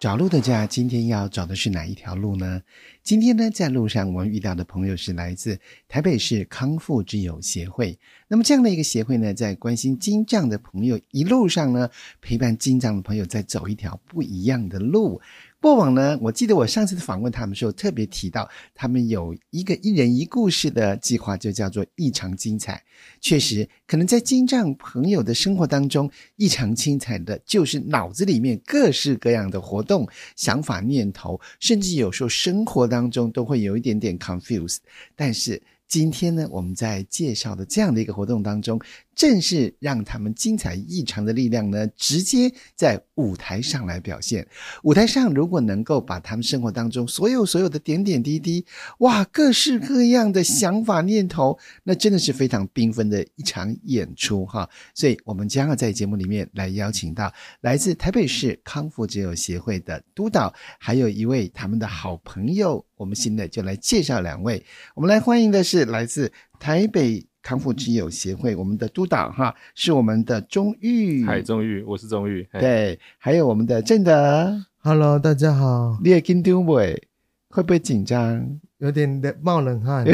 找路的架，今天要找的是哪一条路呢？今天呢，在路上我们遇到的朋友是来自台北市康复之友协会。那么这样的一个协会呢，在关心金藏的朋友一路上呢，陪伴金藏的朋友在走一条不一样的路。过往呢，我记得我上次的访问他们时候特别提到，他们有一个一人一故事的计划，就叫做异常精彩。确实，可能在金藏朋友的生活当中，异常精彩的就是脑子里面各式各样的活动、想法、念头，甚至有时候生活当中都会有一点点 confused。但是今天呢，我们在介绍的这样的一个活动当中，正是让他们精彩异常的力量呢，直接在舞台上来表现。舞台上如果能够把他们生活当中所有所有的点点滴滴，哇，各式各样的想法念头，那真的是非常缤纷的一场演出哈。所以，我们将要在节目里面来邀请到来自台北市康复之友协会的督导，还有一位他们的好朋友。我们现在就来介绍两位，我们来欢迎的是来自台北康复之友协会我们的督导哈，是我们的钟玉，嗨，钟玉，我是钟玉。嗯嘿，对，还有我们的正德， Hello，大家好，你也紧张不？会不会紧张？ 有点冷冒冷汗，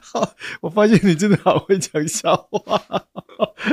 好，我发现你真的好会讲笑话。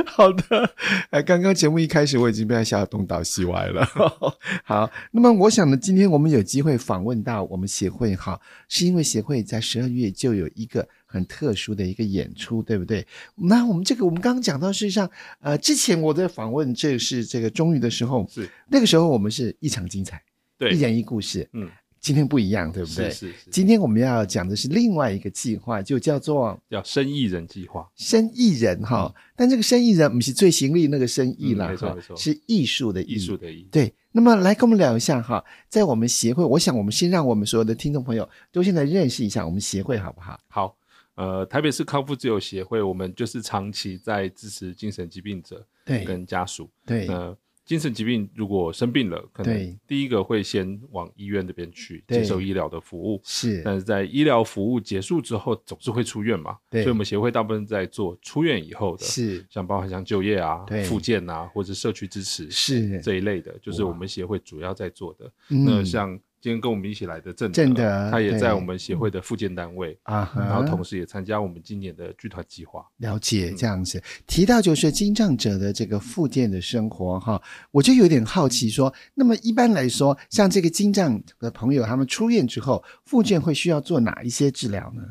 好的，哎，刚刚节目一开始我已经被他吓得东倒西歪了。 好，那么我想呢，今天我们有机会访问到我们协会哈，是因为协会在十二月就有一个很特殊的一个演出，对不对？那我们这个我们刚刚讲到，事实上，呃，之前我在访问这是这个中宇的时候，是那个时候我们是一场精彩，对，一人一故事，嗯，今天不一样，对不对？是是是，今天我们要讲的是另外一个计划，就叫做叫生意人计划，生意人哈。但这个生意人不是最行利那个生意啦，嗯嗯没错哈没错是艺术的艺术。的艺，对，那么来跟我们聊一下哈，在我们协会，我想我们先让我们所有的听众朋友都先来认识一下我们协会好不好？好，呃，台北市康复自由协会，我们就是长期在支持精神疾病者对跟家属。对那精神疾病如果生病了，可对能第一个会先往医院那边去对接受医疗的服务。是，但是在医疗服务结束之后，总是会出院嘛，对所以我们协会大部分在做出院以后的，是像包含像就业啊对、复健啊，或者社区支持是这一类的，就是我们协会主要在做的。那嗯像今天跟我们一起来的郑郑德他也对在我们协会的复健单位，啊哈，然后同时也参加我们今年的剧团计划。了解嗯这样子，提到就是精障者的这个复健的生活哈，我就有点好奇说，那么一般来说，像这个精障的朋友，他们出院之后，复健会需要做哪一些治疗呢？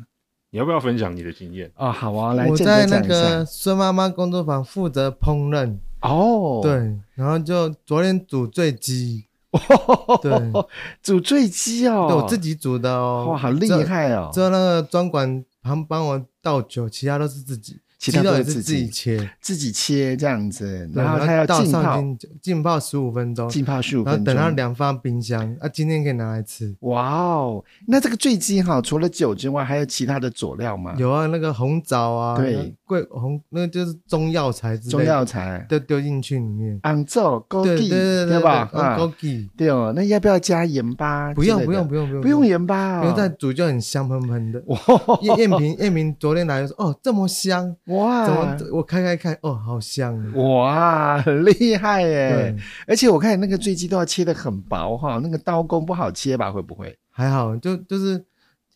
你要不要分享你的经验？哦，好啊， 来，我郑在哥那讲一个下孙妈妈工作坊负责烹饪，哦，对，然后就昨天煮醉鸡，对， 煮醉鸡哦，对我自己煮的哦，哇，好厉只有，害哦，只有那个专管旁帮我倒酒，其他都是自己，其他鸡都肉是也自是己自己切，自己切这样子，对然后它要倒浸上泡，冰酒浸泡十五分钟，浸泡十五然后分钟，等它凉放冰箱，啊，今天可以拿来吃。哇哦，那这个醉鸡哈，除了酒之外，还有其他的佐料吗？有啊，那个红枣啊，对那桂红，那个就是中药材之类的，中药材。都丢进去里面。昂奏枸对杞，对对对吧？啊，枸杞对哦，那要不要加盐巴之不类的？用不用不用不用不用，盐巴哦，不用再煮就很香喷喷的。哇燕燕平燕平昨天来就说，哦这么香，怎么哇我开开看，哦好香啊。哇，很厉害耶对！，而且我看那个醉鸡都要切的很薄哈，那个刀工不好切吧？会不会还好，就就是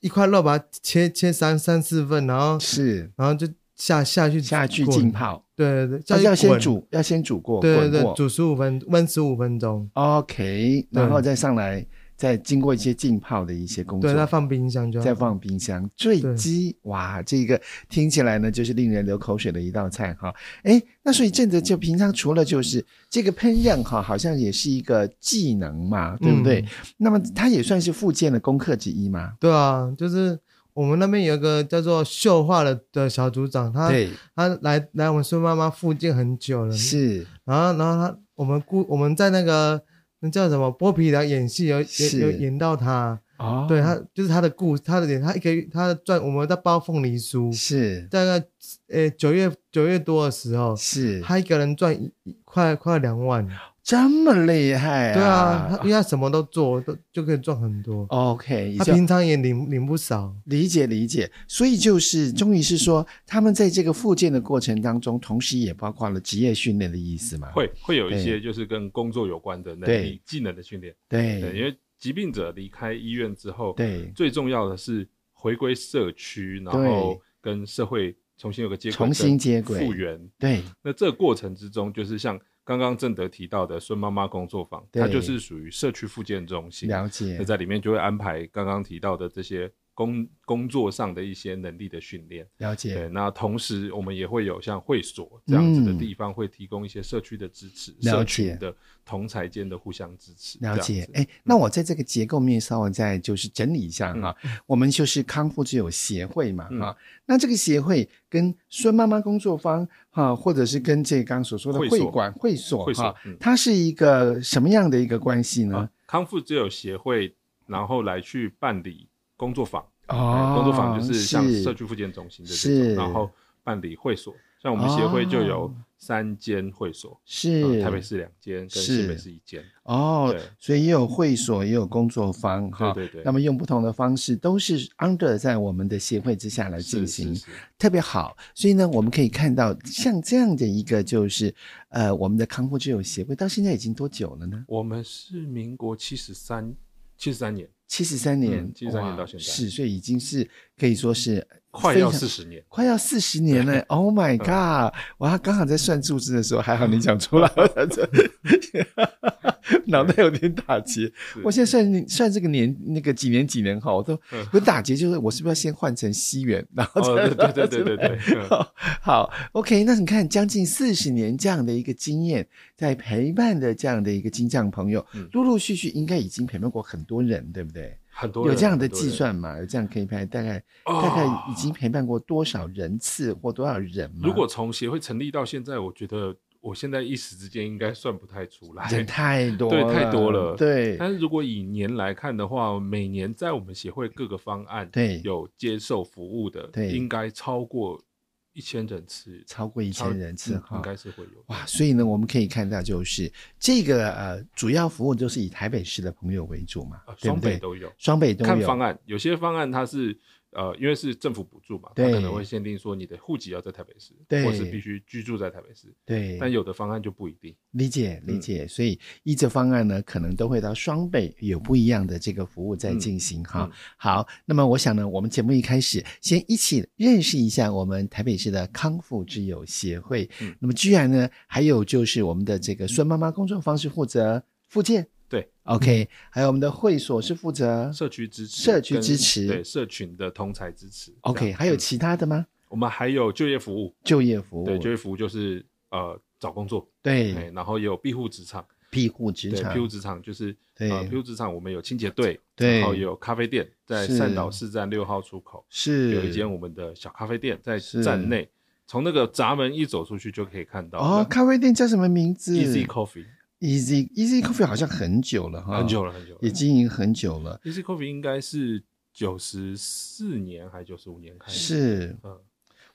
一块肉把它切切三三四份，然后是然后就下下去下去滚浸，泡？对对要对，要下去先滚，煮，要先煮过，对对滚对，过煮十五分温十五分钟， ，OK，对然后再上来，再经过一些浸泡的一些工作，对，它放冰箱就好再放冰箱。醉鸡，哇，这个听起来呢，就是令人流口水的一道菜哈。哎，那所以正德就平常除了就是这个烹饪哈，好像也是一个技能嘛，对不对？嗯那么它也算是复健的功课之一嘛。对啊，就是我们那边有一个叫做秀化的的小组长，他对，他来来我们孙妈妈附近很久了，啊是然后然后他我们故我们在那个那叫什么剥皮寮演戏有是有有演到他，哦，对他就是他的故他的脸，他一个月他的赚我们在包凤梨酥，是大概呃九月九月多的时候，是哎他一个人赚一一快快两万，这么厉害啊！对啊，他因为他什么都做，都就可以赚很多。哦，OK，也他就平常也领领不少，理解理解，所以就是，终于是说，他们在这个复健的过程当中，同时也包括了职业训练的意思嘛？会会有一些对就是跟工作有关的能对力、技能的训练。对，因对为疾病者离开医院之后，对，最重要的是回归社区，然对后跟社会重新有个接轨，重新接轨跟复原。对那这个过程之中，就是像刚刚正德提到的孙妈妈工作坊，对它就是属于社区复健中心，了那解，在里面就会安排刚刚提到的这些工工作上的一些能力的训练。了解，对，那同时我们也会有像会所这样子的嗯地方，会提供一些社区的支持，了解社群的同才间的互相支持。了解。哎，哎，那我在这个结构面稍微再就是整理一下哈，我们就是康复之友协会嘛嗯哈，那这个协会跟孙妈妈工作坊哈，或者是跟这刚刚所说的会会所馆会所会所哈嗯，它是一个什么样的一个关系呢啊？康复之友协会，然后来去办理工作坊，哦哎工作坊就是像是社区复健中心的这是种，然后办理会所，像我们协会就有哦三间会所，是嗯台北市两间，跟是新北市一间，哦对，所以也有会所，也有工作坊哈。对对对那么用不同的方式，都是 under 在我们的协会之下来进是行是，是，特别好。所以呢，我们可以看到像这样的一个就是，呃，我们的康复之友协会到现在已经多久了呢？我们是民国七十三七十三年，七十三年，嗯73年哇到现在是，所以已经是可以说是快要非常四十 年。快要四十年 了，Oh 嗯 my god！哇，刚好在算数字的时候，还好你讲出来，我嗯 想说 脑袋有点打结。我现在算算这个年那个几年几年哈，我都嗯有打结，就是我是不是要先换成西元，然后哦再对 对对对对对嗯好好，OK，那你看将近四十年这样的一个经验，在陪伴的这样的一个金匠朋友嗯，陆陆续续应该已经陪伴过很多人，对不对？很多有人这样的很多计人算吗？有这样可以拍大概哦大概已经陪伴过多少人次或多少人吗？如果从协会成立到现在，我觉得我现在一时之间应该算不太出来。人太多哎对太多了对但是如果以年来看的话，每年在我们协会各个方案对有接受服务的，对应该超过一千人次，超过一超千人次嗯哈应。该是会有。哇，所以呢，我们可以看到，就是这个呃，主要服务就是以台北市的朋友为主嘛，呃对不双对北？都有，双北都看啊有方案，有些方案它是呃，因为是政府补助嘛，它对可能会限定说你的户籍要在台北市，对或是必须居住在台北市，对，但有的方案就不一定。理解嗯理解，所以依这方案呢，可能都会到双倍有不一样的这个服务在进行哈。嗯好，那么我想呢，我们节目一开始先一起认识一下我们台北市的康复之友协会。嗯那么居然呢，还有就是我们的这个孙妈妈工作方式负责复健对， ，OK，还有我们的会所是负责社区支持社跟，区支持对社群的同才支持。这 OK，样还有嗯其他的吗？我们还有就业服务，就业服务对，就业服务就是呃找工作，哎对，然后也有庇护职场，庇护职对，场庇护职场就是对呃庇护职场我们有清洁队，对然后也有咖啡店，在是善导市站六号出口是有一间我们的小咖啡店，在是站内，从那个闸门一走出去就可以看到哦，咖啡店叫什么名字 Easy Coffee， Easy Easy Coffee 好像很久了哈，很久了很久了啊也经营很久了， ，Easy Coffee 应该是九十四年还是九十五年开始，是嗯，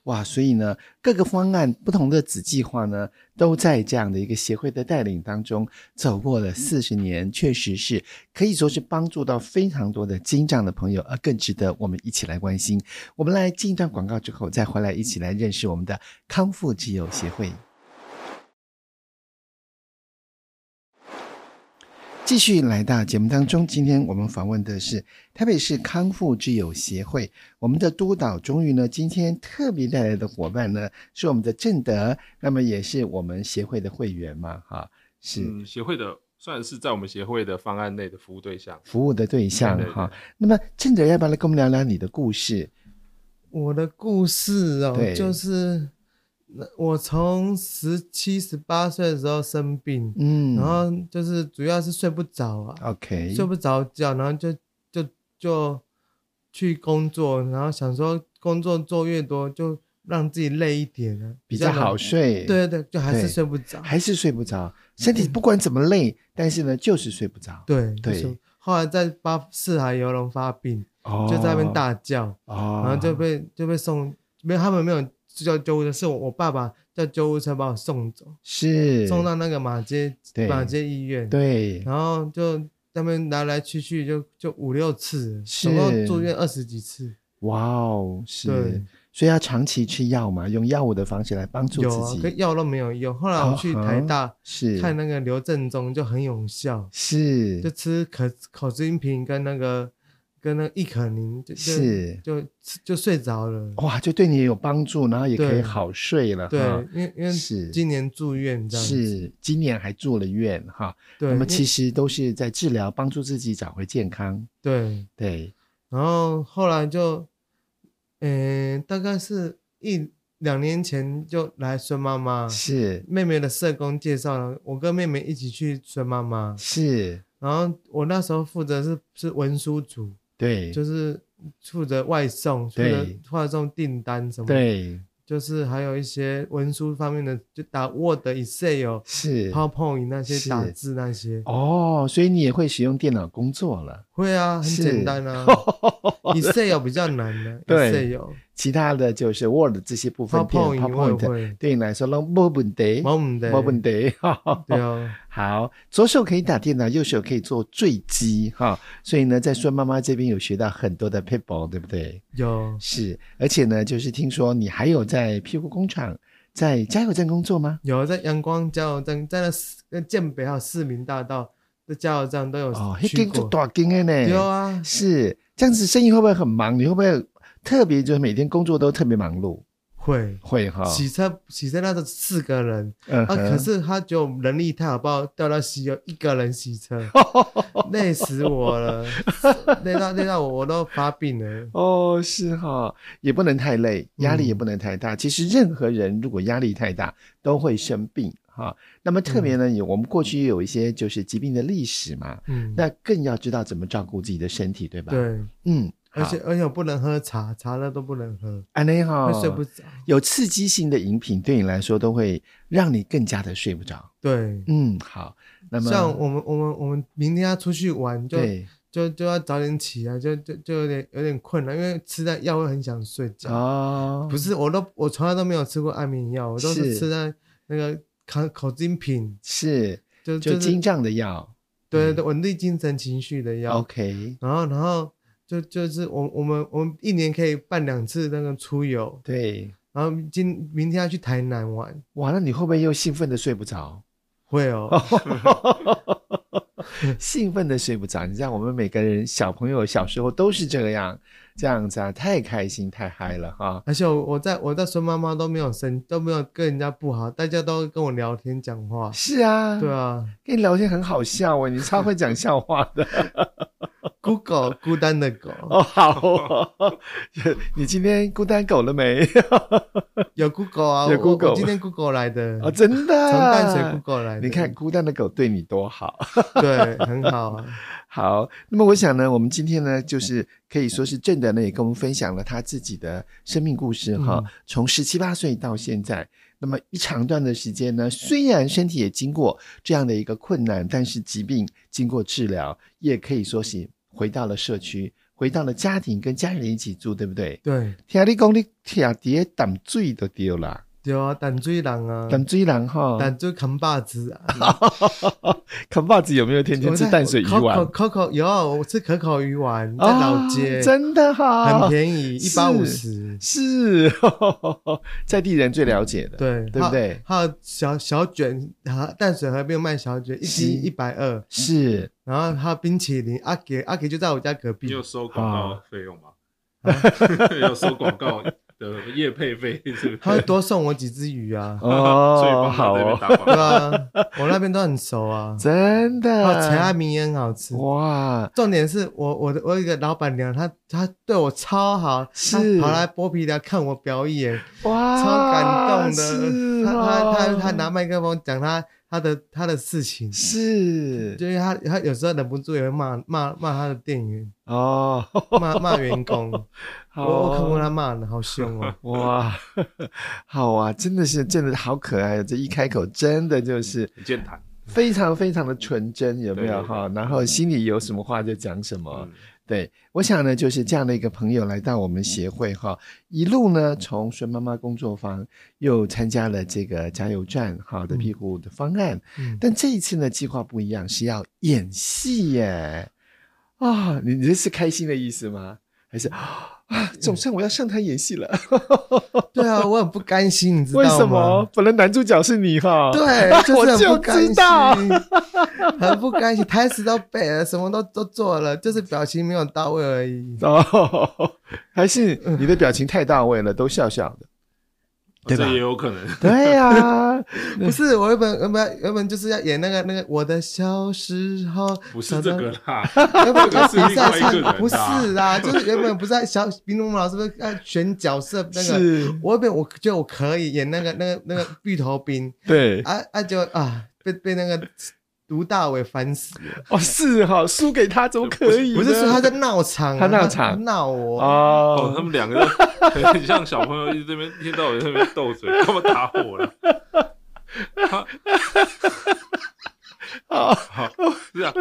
哇，所以呢，各个方案不同的子计划呢，都在这样的一个协会的带领当中走过嗯了四十年，确实是可以说是帮助到非常多的精障的朋友，而更值得我们一起来关心。我们来进一段广告之后，再回来一起来认识我们的康复之友协会。继续来到节目当中，今天我们访问的是台北市康复之友协会我们的督导终于呢，今天特别带来的伙伴呢，是我们的正德，那么也是我们协会的会员嘛，哈、是、嗯，协会的算是在我们协会的方案内的服务对象。服务的对象对对哈、那么正德要不要来跟我们聊聊你的故事？我的故事哦对，就是那我从十七、十八岁的时候生病，嗯，哦然后就是主要是睡不着啊， OK，睡不着觉，然后就就就去工作，然后想说工作做越多就让自己累一点啊，比较容好。睡，对，对对，就还对是睡不着。还是睡不着，身嗯体不管怎么累，但是呢，就是睡不着，对对就是后来在八四海游龙发病，哦就在那边大叫，哦，然后就被就被送，没有他们没有叫救护车，是我我爸爸叫救护车把我送走，是送到那个马街对马街医院，对，然后就他们来来去去就就五六次了，是总共住院二十几次，哇哦，是对，所以要长期吃药嘛，用药物的方式来帮助有啊自，己，可药都没有用。后来我去啊哈台大是看那个刘正中就很有效，是就吃可口滋因平跟那个跟那个益可宁，就就是就就睡着了。哇，就对你也有帮助，然后也可以对好睡了，对哈，因为因为啊是今年住院这样子，是今年还住了院哈，对，那么因为其实都是在治疗，帮助自己找回健康，对，对，然后后来就，嗯、大概是一两年前就来孙妈妈，是妹妹的社工介绍了，我跟妹妹一起去孙妈妈，是，然后我那时候负责是是文书组，对就是负责外送，负责对外送订单什么，，对就是还有一些文书方面的，就打 Word、Excel、是 PowerPoint 那些是打字那些，哦，所以你也会使用电脑工作了，会啊，很是简单啊，Excel 比较难的、对 e x c e l 其他的就是 Word 这些部分电 PowerPoint 我也会对你来说都没问题，冇唔得，没问题，哈哈哈 对啊， 好，左手可以打电脑，右手可以做坠机哈，所以呢，在孙妈妈这边有学到很多的 people，对不对？有是，而且呢，就是听说你还有在屁股工厂、在加油站工作吗？有在阳光加油站，在那四呃建北还有市民大道的加油站都有哦，那去间就过，大间的呢。对啊，是这样子，生意会不会很忙？你会不会特别就是每天工作都特别忙碌？会会哈，洗车洗车那是四个人嗯啊，哼可是他觉得我们人力太好，把我调到西游一个人 洗车，累死我了，累到累到我我都发病了，哦，是哈、也不能太累，压嗯力也不能太大。其实任何人如果压力太大，都会生病哈、那么特别呢，有我们过去有一些就是疾病的历史嘛，嗯，那更要知道怎么照顾自己的身体，对吧？，对，嗯，而且而且我不能喝茶，茶了都不能喝，安内哈会，睡不着，有刺激性的饮品对你来说都会让你更加的睡不着。对。嗯，好，那么像我们我们我们明天要出去玩，就对就就要早点起来，就就就有点有点困难，因为吃了药会很想睡觉。哦，不是，我都我从来都没有吃过安眠药，我都是是吃在那个口口精品，是就就是精障的药、对对对，稳定精神情绪的药。 o k 然后然后就就是我我们我们一年可以办两次那个出游，对，然后今明天要去台南玩，哇，那你会不会又兴奋的睡不 着？会哦，兴奋的睡不着。你知道，我们每个人小朋友小时候都是这样，这样子啊，太开心太嗨了哈。而且我我在我在孙妈妈都没有生都没有跟人家不好，大家都跟我聊天讲话，是啊，对，啊。 跟你聊天很好笑哎，你超会讲笑话 的孤狗，孤单的狗，哦。好哦 你今天孤单狗了没？有 Google 啊，有我 Google 我今天 Google 来的，哦，真的，从淡水 Google 来的。你看，孤单的狗对你多好。对，很好啊。好，那么我想呢，我们今天呢，就是可以说是郑德呢也跟我们分享了他自己的生命故事哈，嗯从十七八岁到现在，那么一长段的时间呢，虽然身体也经过这样的一个困难，但是疾病经过治疗，也可以说是回到了社区，回到了家庭，跟家人一起住，对不对？对，听你讲，你听爹淡水都丢啦，对啊，胆追狼啊，淡水人哈，胆追扛把子 啊。扛把子有没有天天我吃在淡水鱼丸？ Coco Coco 有啊，我吃可口鱼丸，在啊老街，真的哈，很便宜，一是百五十。 是，哦在地人最了解的，对，对不对？还有还有小小卷，啊，淡水河边卖小卷，一是斤一百二，是然后还有冰淇淋，阿给阿给就在我家隔壁你。有收广告 啊费用吗？有收广告的业配费是不他会是？多送我几只鱼啊， 所以啊哦，帮好他这边哦，打广对告。啊，我那边都很熟啊。真还有陈阿的，明也很好吃。哇，重点是我我的我有一个老板娘，她她对我超好，是她跑来剥皮寮看我表演，哇，超感动是的。她她她她拿哦麦克风讲她她的她的事情，是就是她她有时候忍不住也会骂骂骂她的店员，哦， 骂骂员工。好 我我看过哦。她骂的，好凶哦 哇，好啊，真的是，真的好可爱哦！这一开口，真的就是 很健谈，非常非常的纯真，有没有对哈？然后心里有什么话就讲什么。嗯对，我想呢，就是这样的一个朋友来到我们协会哈，一路呢从孙妈妈工作坊又参加了这个加油站哈的庇护的方案，嗯但这一次呢计划不一样，是要演戏耶。啊、你你这是开心的意思吗？还是啊，总算我要上台演戏了？对啊，我很不甘心，你知道为吗？什么？？本来男主角是你 哈？对，就我是就很不甘知道心， 很不甘心，台词都背了，什么都都做了，就是表情没有到位而已。哦， 还是你的表情太到位了，都笑笑的。嗯对吧这也有可能。对呀、不是，我原本原本原本就是要演那个那个我的小时候， 不是这个长啦，大，原 本这个是比赛另外一个人的啊不是啦，就是原本不是在小冰龙老师不是要选角色 那个，是，我原本我觉得我可以演那个那个那个芋头兵，对，啊啊就啊被被那个卢大伟烦死了，哦，是哈、输给他怎么可以呢？不是说他在闹场啊，他闹场他闹我，哦，他哦，们两个 很像小朋友，一直这边一天到晚在那边斗嘴，干嘛打火了？ 他哦，好，是啊。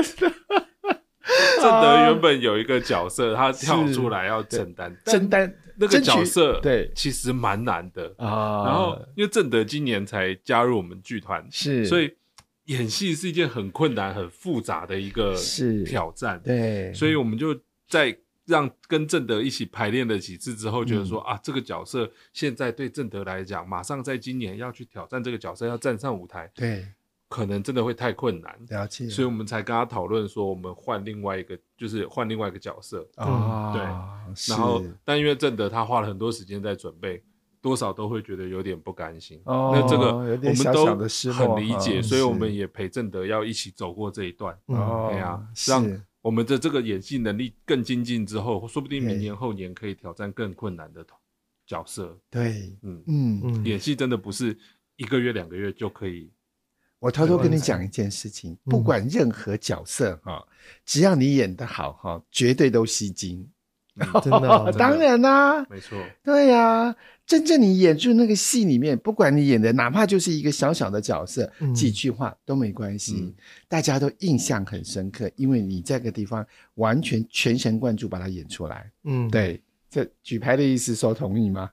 正德啊原本有一个角色，他跳是出来要承担，真单那个角色对其实蛮难的。啊，然后因为正德今年才加入我们剧团，是，所以演戏是一件很困难、很复杂的一个是挑战。对，所以我们就在让跟正德一起排练了几次之后，觉嗯得说、啊，这个角色现在对正德来讲，马上在今年要去挑战这个角色，要站上舞台，对可能真的会太困难，了解，所以我们才跟他讨论说，我们换另外一个，就是换另外一个角色。啊、对，然后，但因为正德他花了很多时间在准备，多少都会觉得有点不甘心。哦那这个有我点们小都小的失落嗯很理哈解，所以是我们也陪正德要一起走过这一段。嗯，哦，对啊是让我们的这个演技能力更精进之后，说不定明年后年可以挑战更困难的角色。对，嗯，嗯嗯演戏真的不是一个月两个月就可以。我偷偷跟你对讲一件事情，不管任何角色哈、只要你演得好哈，绝对都吸睛。 真的 哦啊当然啦、嗯没错，对呀、真正你演出那个戏里面，不管你演的哪怕就是一个小小的角色，嗯几句话都没关系，嗯大家都印象很深刻，因为你这个地方完全全神贯注把它演出来。嗯，对，这举牌的意思说同意吗？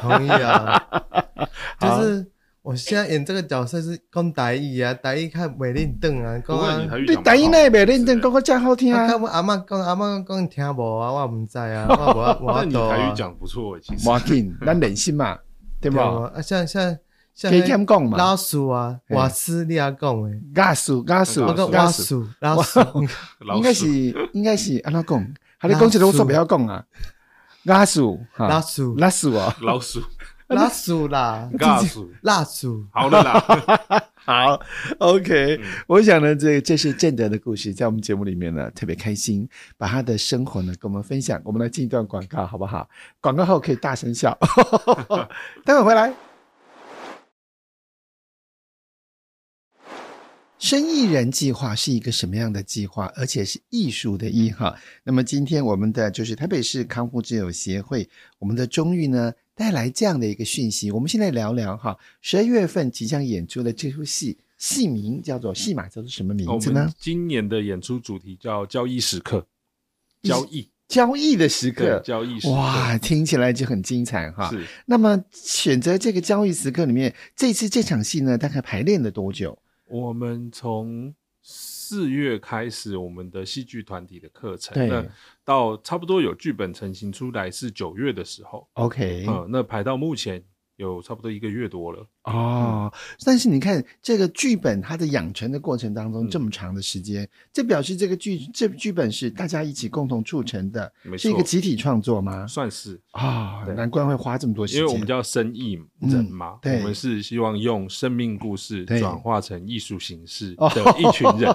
同意啊，就是我现在演这个角色是讲台语啊，台语看袂认懂啊，不讲过你啊还，对，打赢那边认真，刚刚讲好听我啊看。我阿嬷讲，阿嬷讲听无啊，我唔知 啊，我无我但你懂台啊语，讲不错，其实。马进，咱忍心嘛，对对不？啊，啊像像像给他们讲嘛老鼠啊，嘿瓦斯你也讲诶，嘎叔，嘎叔，我我跟讲嘎瓦叔，鼠老鼠，老应该鼠是应该是安怎讲？他咧讲一个我煞不晓讲啊，拉鼠，哈嗯 老鼠拉鼠哦。老鼠，老 鼠啦，尬鼠。蜡鼠，好了 啦，好，OK，、嗯我想呢，这这是正德的故事，在我们节目里面呢特别开心，把他的生活呢跟我们分享。我们来进一段广告，好不好？广告后可以大声笑， 待会回来。生意人计划是一个什么样的计划？而且是艺术的艺哈。那么今天我们的就是台北市康复之友协会，我们的钟玉呢带来这样的一个讯息。我们现在聊聊哈，十二月份即将演出的这出戏，戏名叫做戏码叫做什么名我字们呢？今年的演出主题叫交易时刻，交易交易的时对刻。交易时刻哇，听起来就很精彩哈。是那么选择这个交易时刻里面，这次这场戏呢，大概排练了多久？我们从四月开始我们的戏剧团体的课程，对那到差不多有剧本成型出来是九月的时候， ？OK，、嗯，那排到目前有差不多一个月多了，哦，但是你看这个剧本它的养成的过程当中嗯这么长的时间，这表示这个剧这剧本是大家一起共同促成的，没是一个错，集体创作吗？算是，啊、对难怪会花这么多时因间，为我们叫生意人嘛，嗯对我们是希望用生命故事对转化成艺术形式哦的一群 人，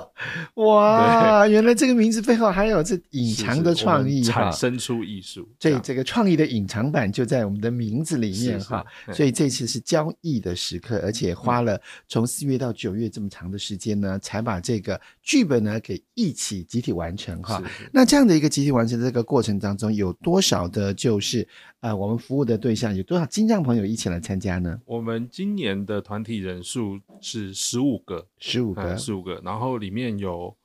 哇，原来这个名字背后还有这隐是藏是的我创们意哈产。生出艺术，这样这个创意的隐藏版就在我们的名字里面是哈。是对嗯所以这次是交易的时刻，而且花了从四月到九月这么长的时间呢，才把这个剧本呢给一起集体完成哈。是是那这样的一个集体完成的这个过程当中，有多少的就是呃我们服务的对象，有多少金帐朋友一起来参加呢？我们今年的团体人数是十五个，十五个，呃嗯十五个，然后里面有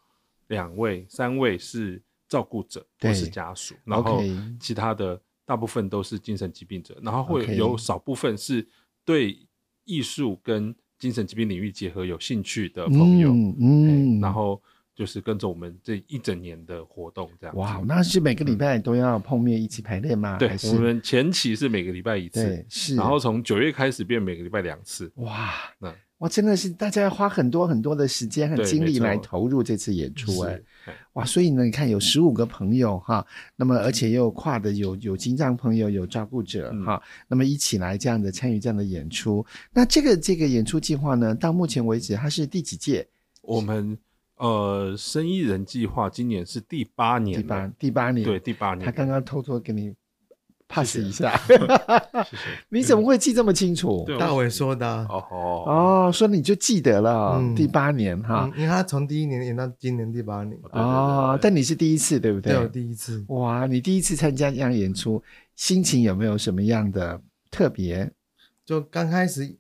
两位、三位是照顾者对或是家属，然后 OK 其他的大部分都是精神疾病者，然后会 OK 有少部分是对艺术跟精神疾病领域结合有兴趣的朋友，嗯嗯，嗯，然后就是跟着我们这一整年的活动这样子。哇，哦那是每个礼拜都要碰面一起排练吗？嗯对还，是我们前期是每个礼拜一次对，是，然后从九月开始变每个礼拜两次，哇那。哇，真的是大家花很多很多的时间和对精力没错来投入这次演出哎、是哎哇，所以呢，你看有十五个朋友哈，那么而且又跨的有有金藏朋友，有照顾者嗯哈，那么一起来这样的参与这样的演出。那这个这个演出计划呢，到目前为止它是第几届？我们呃生意人计划今年是第八年第了，八第八年。对，第八年了，他刚刚偷偷给你 pass 一 下，谢谢你怎么会记这么清楚？对大伟说的啊，哦哦哦，说你就记得了，嗯第八年哈嗯，因为他从第一年演到今年第八年，对对对哦对，但你是第一次对不对？这我第一次。哇，你第一次参加这样演出，心情有没有什么样的特别？就刚开始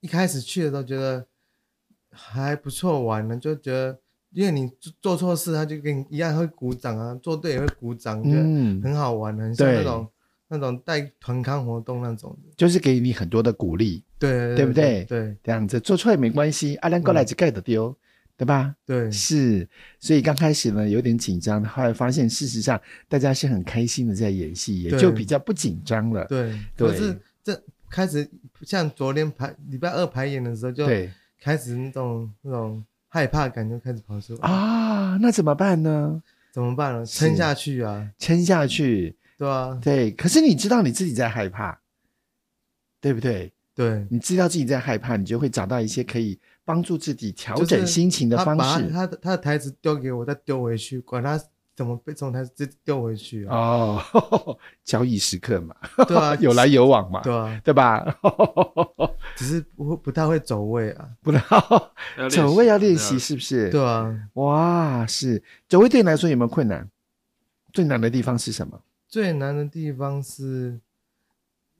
一开始去的时候觉得还不错玩呢，就觉得因为你做做错事，他就跟你一样会鼓掌啊，做对也会鼓掌，觉得嗯，很好玩，啊很像对那种那种带团康活动那种的。就是给你很多的鼓励，对对不对对这样子做错也没关系，阿兰过来就盖的嗯丢，对吧？对，是，所以刚开始呢有点紧张，后来发现事实上大家是很开心的在演戏，也对就比较不紧张了。对，对可是这开始像昨天排礼拜二排演的时候，就对开始那种那种害怕感就开始跑出来，啊，那怎么办呢？怎么办了？是撑下去啊，撑下去，对啊，对。可是你知道你自己在害怕，对不对？对，你知道自己在害怕，你就会找到一些可以帮助自己调就是整心情的他方把式。他的他的台词丢给我，再丢回去，管他怎么被从台词直接丢回去啊，哦， 交易时刻嘛，，对啊哦 有来有往嘛，对啊，对吧？ 只是不不太会走位啊，不知道要练习走位要练习，是不是？对，啊，哇，是走位对你来说有没有困难？最难的地方是什么？最难的地方是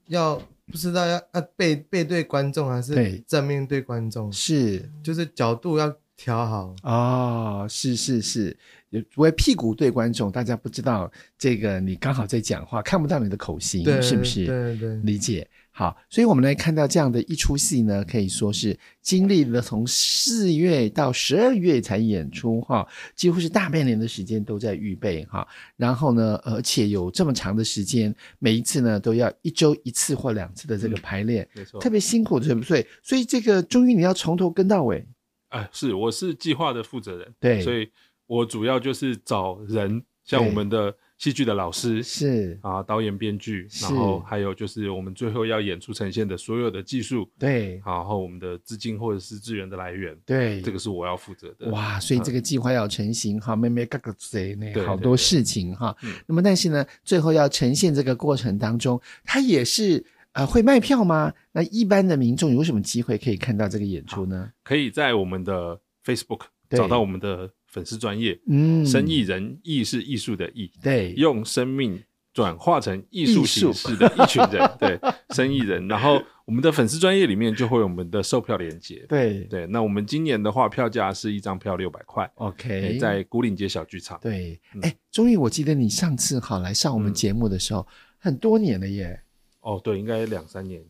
要不知道要要背背对观众还对是正面对观众，是就是角度要调好，哦，是是是，也不会屁股对观众，大家不知道这个你刚好在讲话，看不到你的口型，对，是不是？对对对理解。好，所以我们来看到这样的一出戏呢，可以说是经历了从四月到十二月才演出哈，几乎是大半年的时间都在预备哈。然后呢，而且有这么长的时间，每一次呢都要一周一次或两次的这个嗯排练，没错特。别辛苦，对不对？所以这个终于你要从头跟到尾，哎，是，我是计划的负责人，对所以我主要就是找人，像对我们的戏剧的老师是啊，导演、编剧，是然后还有就是我们最后要演出呈现的所有的技术，对然后我们的资金或者是资源的来源，对，这个是我要负责的。嗯哇，所以这个计划要成型哈，妹妹嘎嘎贼呢，对好对多对事情哈嗯。那么但是呢，最后要呈现这个过程当中，它也是呃会卖票吗？那一般的民众有什么机会可以看到这个演出呢？可以在我们的 Facebook 对找到我们的粉丝专业，嗯，生意人艺是艺术的艺，对，用生命转化成艺术艺术形式的一群人，对，生意人。然后我们的粉丝专业里面就会有我们的售票链接。对对，那我们今年的话，票价是一张票六百块， ，OK，在古岭街小剧场。对，嗯哎，终于我记得你上次好来上我们嗯节目的时候，很多年了耶，哦，对，应该两三年，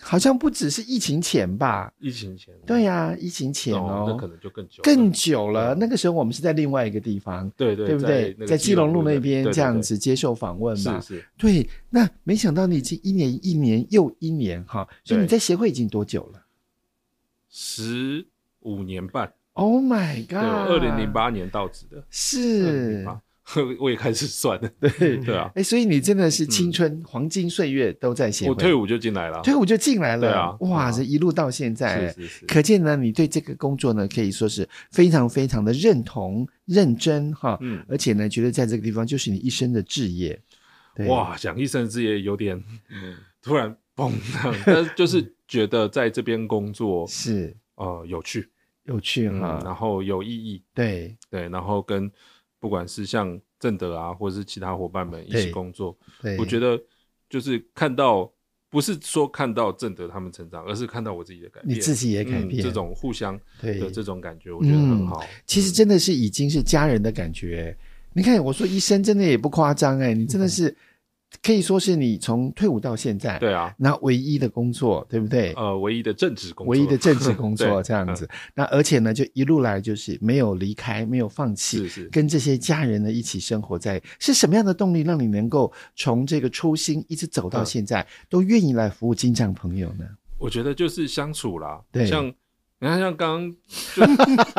好像不只是疫情前吧？疫情前。对呀，疫情前嗯哦，那可哦，能就嗯更久了，更久了。对那个时候我们是在另外一个地方。对对对不对那？个在基隆路的那边对对这样对子接受访问嘛是？是，对，那没想到你已经一年一年又一年哈，所以对你在协会已经多久了十五年半， ？Oh my god！对，二零零八年到职的，是， 2008 我也开始算了，对对啊，哎，所以你真的是青春黄金岁月都在协会，我退伍就进来了，退伍就进来对了啊，哇，对啊这一路到现在，是是是，哎可见呢，你对这个工作呢，可以说是非常非常的认同、认真哈，嗯，而且呢，觉得在这个地方就是你一生的志业。对嗯哇，想一生之也有点突然 嘣，但嗯是就是觉得在这边工作是呃有趣，有趣嗯，哈、然后有意义，对对，然后跟不管是像正德啊，或者是其他伙伴们一对起工作，对，我觉得得就是看到，不是说看到正德他们成长，而是看到我自己的改变，你自己也改嗯变这种互相对嗯的这种感觉，我觉得很好。嗯其实真的是已经是家人的感觉。你看，我说医生真的也不夸张哎、你真的是可以说是你从退伍到现在，，嗯对啊，那唯一的工作，对不对？呃，唯一的正职工作，唯一的正职 工作对嗯这样子，那而且呢，就一路来就是没有离开，没有放弃是，是。跟这些家人呢一起生活在，是什么样的动力让你能够从这个初心一直走到嗯现在，都愿意来服务金藏朋友呢？我觉得就是相处啦，对像你看，像刚刚就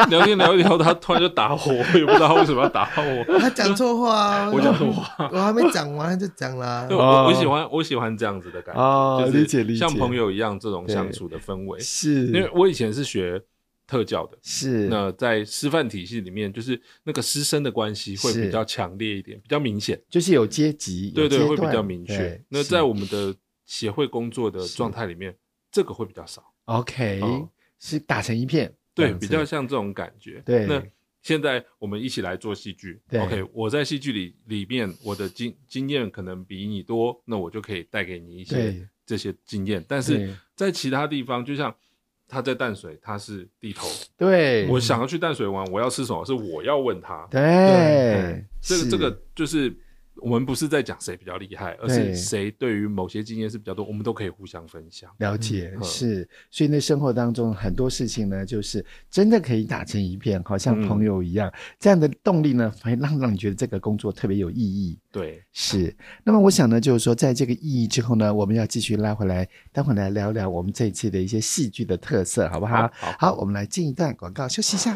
聊天聊一聊，他突然就打火，我也不知道他为什么要打 我。他讲错话啊，我讲错话，我还没讲完他就讲啊啦对，。哦我我喜欢我喜欢这样子的感觉，哦就是理解理解像朋友一样这种对相处的氛围。因为是我以前是学特教的，是，那在师范体系里面，就是那个师生的关系会是比较强烈一点，比较明显，就是有阶级，有对对，阶会比段较明确对。那是在我们的协会工作的状态里面，这个会比较少， OK，、哦是打成一片，这对，样子比较像这种感觉。对那现在我们一起来做戏剧对，OK，我在戏剧里里面我的经经验可能比你多，那我就可以带给你一对些这些经验，但对是在其他地方，就像。他在淡水，他是地头。对，我想要去淡水玩，我要吃什么？是我要问他。对嗯这个是这个就是我们不是在讲谁比较厉害，而对是谁对于某些经验是比较多，我们都可以互相分享。了解、嗯是，所以呢，生活当中很多事情呢，就是真的可以打成一片，好像嗯朋友一样，这样的动力呢，会让让你觉得这个工作特别有意义。对，是，那么我想呢，就是说，在这个意义之后呢，我们要继续拉回来，待会来聊聊我们这一次的一些戏剧的特色，好不好？好好好，我们来进一段广告，休息一下。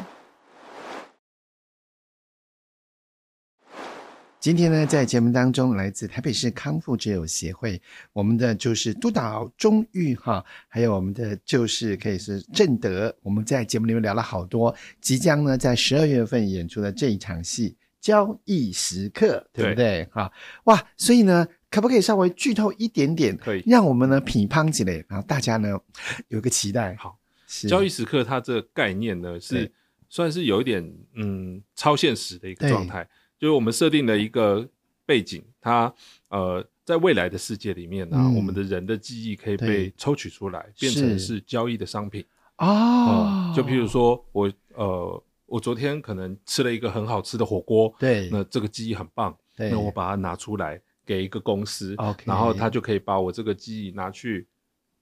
今天呢，在节目当中，来自台北市康复之友协会，我们的就是督导钟玉哈，还有我们的就是可以是正德，我们在节目里面聊了好多，即将呢在十二月份演出的这一场戏《交易时刻》，对不对？哈，哇，所以呢，可不可以稍微剧透一点点，可以。让我们呢品乓起来，然后大家呢有一个期待？好，是交易时刻它这个概念呢是对算是有一点嗯超现实的一个对状态，就是我们设定了一个背景，它呃。在未来的世界里面呢、啊嗯我们的人的记忆可以对被抽取出来，变是成是交易的商品。哦啊，，就譬如说我呃，我昨天可能吃了一个很好吃的火锅，对，那这个记忆很棒，对，那我把它拿出来给一个公司哎 OK 然后他就可以把我这个记忆拿去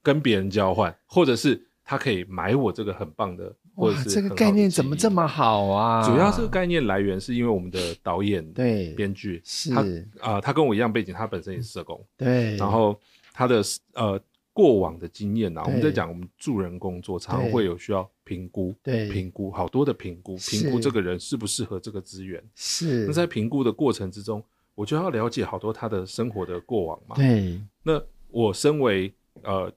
跟别人交换，或者是他可以买我这个很棒的，或者哇，是这很个好的概念记忆怎么这么？好啊？主要这个概念来源是因为我们的导演对编剧是嗯他啊、他跟我一样背景，他本身也是社工，对，然后他的呃过往的经验啊，我们对在讲我们助人工作，常常对会有需要评估，对评估好多的评估，是评估这个人适不适合这个资源。是那在评估的过程之中，我就要了解好多他的生活的过往嘛。对那我身为呃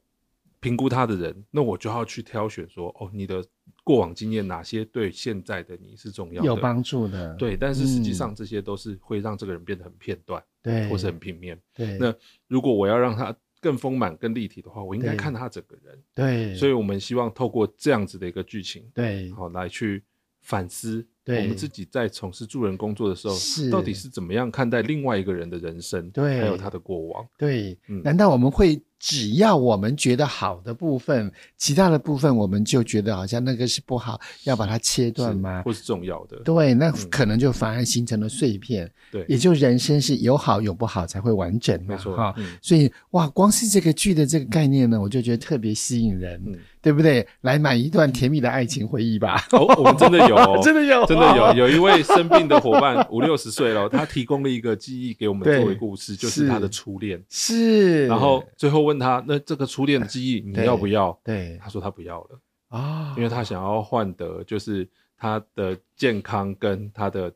评估他的人，那我就要去挑选说，哦，你的过往经验哪些对现在的你是重要的，有帮助的，对，但是实际上嗯这些都是会让这个人变得很片段，对，或是很平面。对，那如果我要让他更丰满、更立体的话，我应该对看他整个人。对，所以我们希望透过这样子的一个剧情，对好来去反思我对们自己在从事助人工作的时候是，到底是怎么样看待另外一个人的人生，对还有他的过往。对，嗯难道我们会只要我们觉得好的部分，其他的部分我们就觉得好像那个是不好，要把它切断是吗？或是重要的，对，那嗯可能就反而形成了碎片，也对，就人生是有好有不好才会完整嘛，没错哈。嗯所以哇，光是这个剧的这个概念呢，我就觉得特别吸引人，嗯，对不对？来买一段甜蜜的爱情回忆吧。，哦，我们真的有哦 真的有啊 真的有，有一位生病的伙伴，五六十岁了，他提供了一个记忆给我们对作为故事，就是是他的初恋。是，然后最后问他，那这个初恋记忆你对要不要？对他说他不要了，啊，因为他想要换得就是他的健康跟他的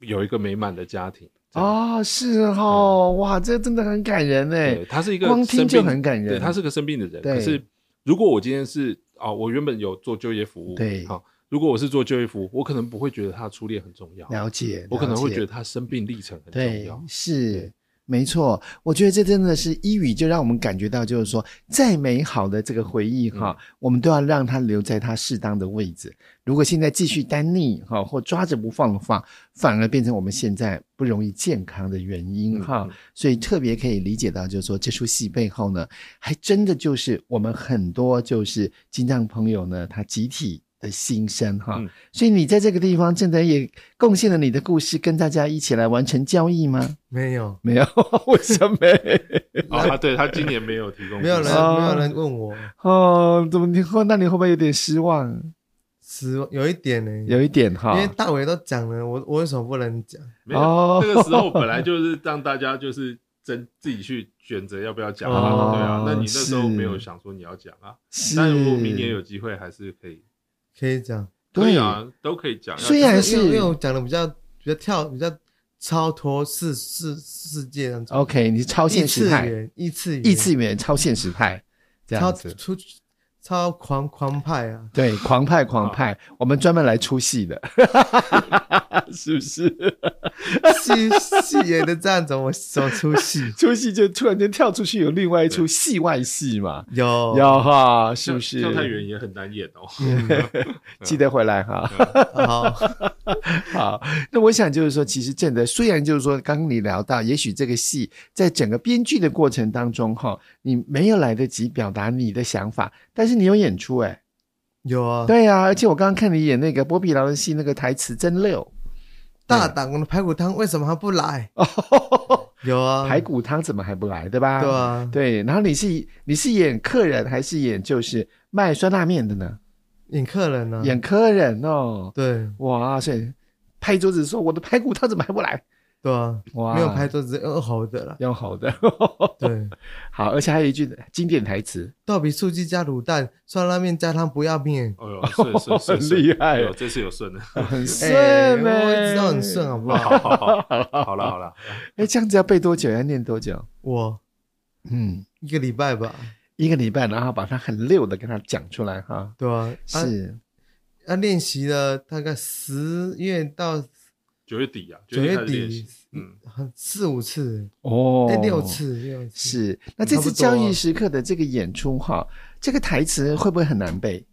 有一个美满的家庭。这样，嗯哦，是哦，哇，这真的很感人对，哎，他是一个光听生病就很感人对他是个生病的人。对可是如果我今天是啊、我原本有做就业服务，对好、如果我是做就业服务，我可能不会觉得他的初恋很重要，了解，我可能了会解觉得他生病历程很重对要，。 是对没错，我觉得这真的是一语就让我们感觉到，就是说，再美好的这个回忆哈，我们都要让它留在它适当的位置。如果现在继续单逆哈，或抓着不放的话，反而变成我们现在不容易健康的原因哈。所以特别可以理解到，就是说这出戏背后呢，还真的就是我们很多就是金藏朋友呢，他集体。的心声哈，嗯所以你在这个地方，正在也贡献了你的故事，跟大家一起来完成交易吗？没有，没有， 为什么？啊，对他今年没有提供，没有人，哦没有人问我，哦，怎么你会？那你会不会有点失望？失望有一点呢，有一点哈因，为大伟都讲了，我我为什么不能讲？没有，哦那个时候本来 就是让大家就是真自己去选择要不要讲嘛，哦对啊。那你那时候是没有想说你要讲啊，是但如果明年有机会还是可以，可以讲，可对以啊，都可以讲。虽要然因为是因为我讲的比较比较跳，比较超脱世世世界那种， OK，你是超异现次实派，元，异次元，异次元超现实派这超样子，出超狂狂派啊！ 对，狂派狂派，我们专门来出戏 的，是不是？戏戏演的这样子，我怎么出戏？出戏就突然间跳出去有另外一出戏外戏嘛，有要哈，是哦像不是？像太远也很难演 哦。记得回来哈。嗯好，好，那我想就是说，其实正德虽然就是说，刚刚你聊到，也许这个戏在整个编剧的过程当中，哈，你没有来得及表达你的想法，但是你有演出、哎，有啊，对啊，而且我刚刚看你演那个波比劳的戏，那个台词真 溜，大胆的排骨汤为什么还不来？有啊，排骨汤怎么还不来，对吧？对啊，对然后你是你是演客人还是演就是卖酸辣面的呢？演客人呢？演客人哦，对哇塞，拍桌子说我的排骨汤怎么还不来？对啊，哇，没有拍桌子，用吼的啦。用好的。 对，好，而且还有一句经典台词，豆皮素鸡加卤蛋，酸辣面加汤不要面。哦呦，顺顺顺顺很厉害哎呦这次有顺的。很顺哎呢、我一直都很顺，好啊不好好？好 好好，好了好了，哎，这样子要背多久？要念多久？我嗯，一个礼拜吧，一个礼拜，然后把它很溜的跟他讲出来哈。对啊，啊是，啊，练习了大概十月到九月底啊，九月月开始练底习，嗯，四五次，哦哎，六。次，六次。是，那这次差教不多育时刻的这个演出哈，这个台词会不会很难背？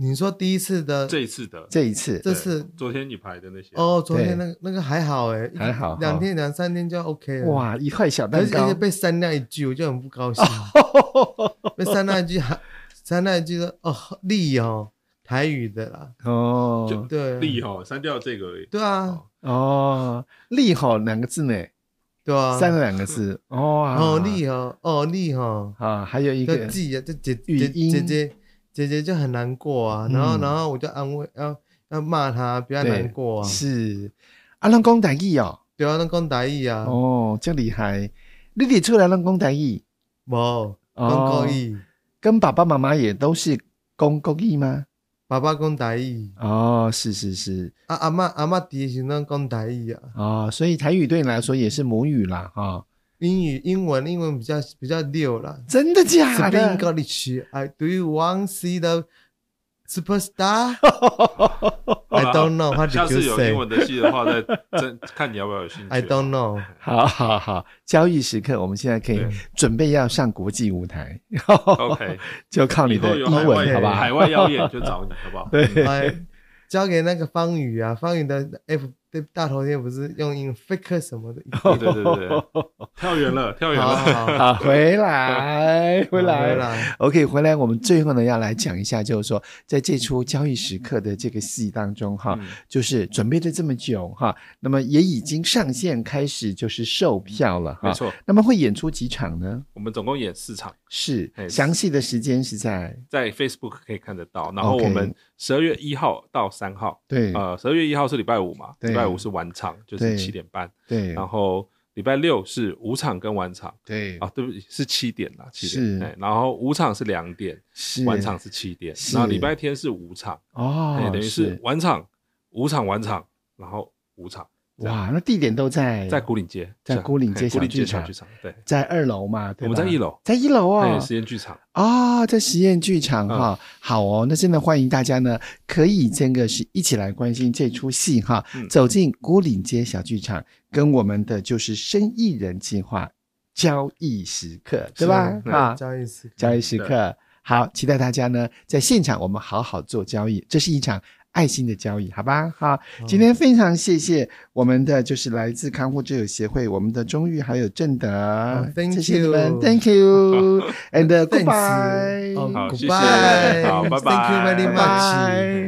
你说第一次的，这一次的这一次这次对昨天你排的那些，哦，昨天那个那个还好哎，还好哈两天两三天就 OK 了。，哇，一块小而蛋且而糕且，被删那一句，我就很 不高兴。被删那一句还删那一句说哦，力哦，台语的啦， 哦对，力哦，删掉这个而已。对啊，哦，力吼两个字呢，对啊，三个两个字哦啊哦力哦，哦力哦，啊，还有一就个自己就姐语姐音姐姐姐姐就很难过啊，嗯然后然后我就安慰要要骂她不要对难过啊，是阿龙公台语哦，不要讲台语啊，哦，这么厉害，你得出来让公台语。无讲哦国语，跟爸爸妈妈也都是公公益吗？爸爸讲台语，哦，是是是，啊阿嬷阿嬷伫时阵讲台语啊，哦，所以台语对你来说也是母语啦，哈、哦，英语英文英文比较比较溜啦。真的假 Speak 的？ English. I do you want see the superstar? I don't know. What 下 did you 次有英 say? 文的戏的话，再真看你要不要有兴趣啊。 I don't know. 好好好，交易时刻，我们现在可以对准备要上国际舞台 OK， 就靠你以后的有英海外文，好不海好？外要 演就找你，好不好？嗯对，哎，交给那个方宇啊，方宇的 F 对大头贴不是用英 fake 什么的，对对对对，跳远了，跳远好了。好好好，回来，回来，回来， OK，回来我们最后呢要来讲一下，就是说在这出交易时刻的这个戏当中哈，嗯就是准备了这么久哈，那么也已经上线开始就是售票了哈。没错，那么会演出几场呢？我们总共演四场，是哎详细的时间是在在 Facebook 可以看得到。然后 OK 我们十二月一号到三号，对、呃，十二月一号是礼拜五嘛，对礼拜五是晚场，就对是七点半。对然后礼拜六是五场跟晚场对啊，对不起，是七点啦，七是点。哎然后五场是两点，是晚场是七点，是然后礼拜天是五场，哦哎，，等于是晚场、五场、晚场，然后五场，这样哇，那地点都在在古岭街，在是啊牯岭街嘿小牯岭剧街小场剧场，对，在二楼嘛，对我们吧在一楼在一楼对，哦，实验剧场，啊、在实验剧场嗯哈、好哦，那真的欢迎大家呢，可以真的是一起来关心这出戏哈，嗯走进孤岭街小剧场，跟我们的就是生意人计划交易时刻，对吧？是啊，交易时刻交易时刻，好，期待大家呢在现场我们好好做交易，这是一场。爱心的交易，好吧，好，今天非常谢谢我们的就是来自康复之友协会，我们的钟玉还有正德，哦 thank 谢谢你们 you ，Thank you，and Thanks goodbye，哦好谢谢 goodbye 好拜拜 Thank you very much. Bye.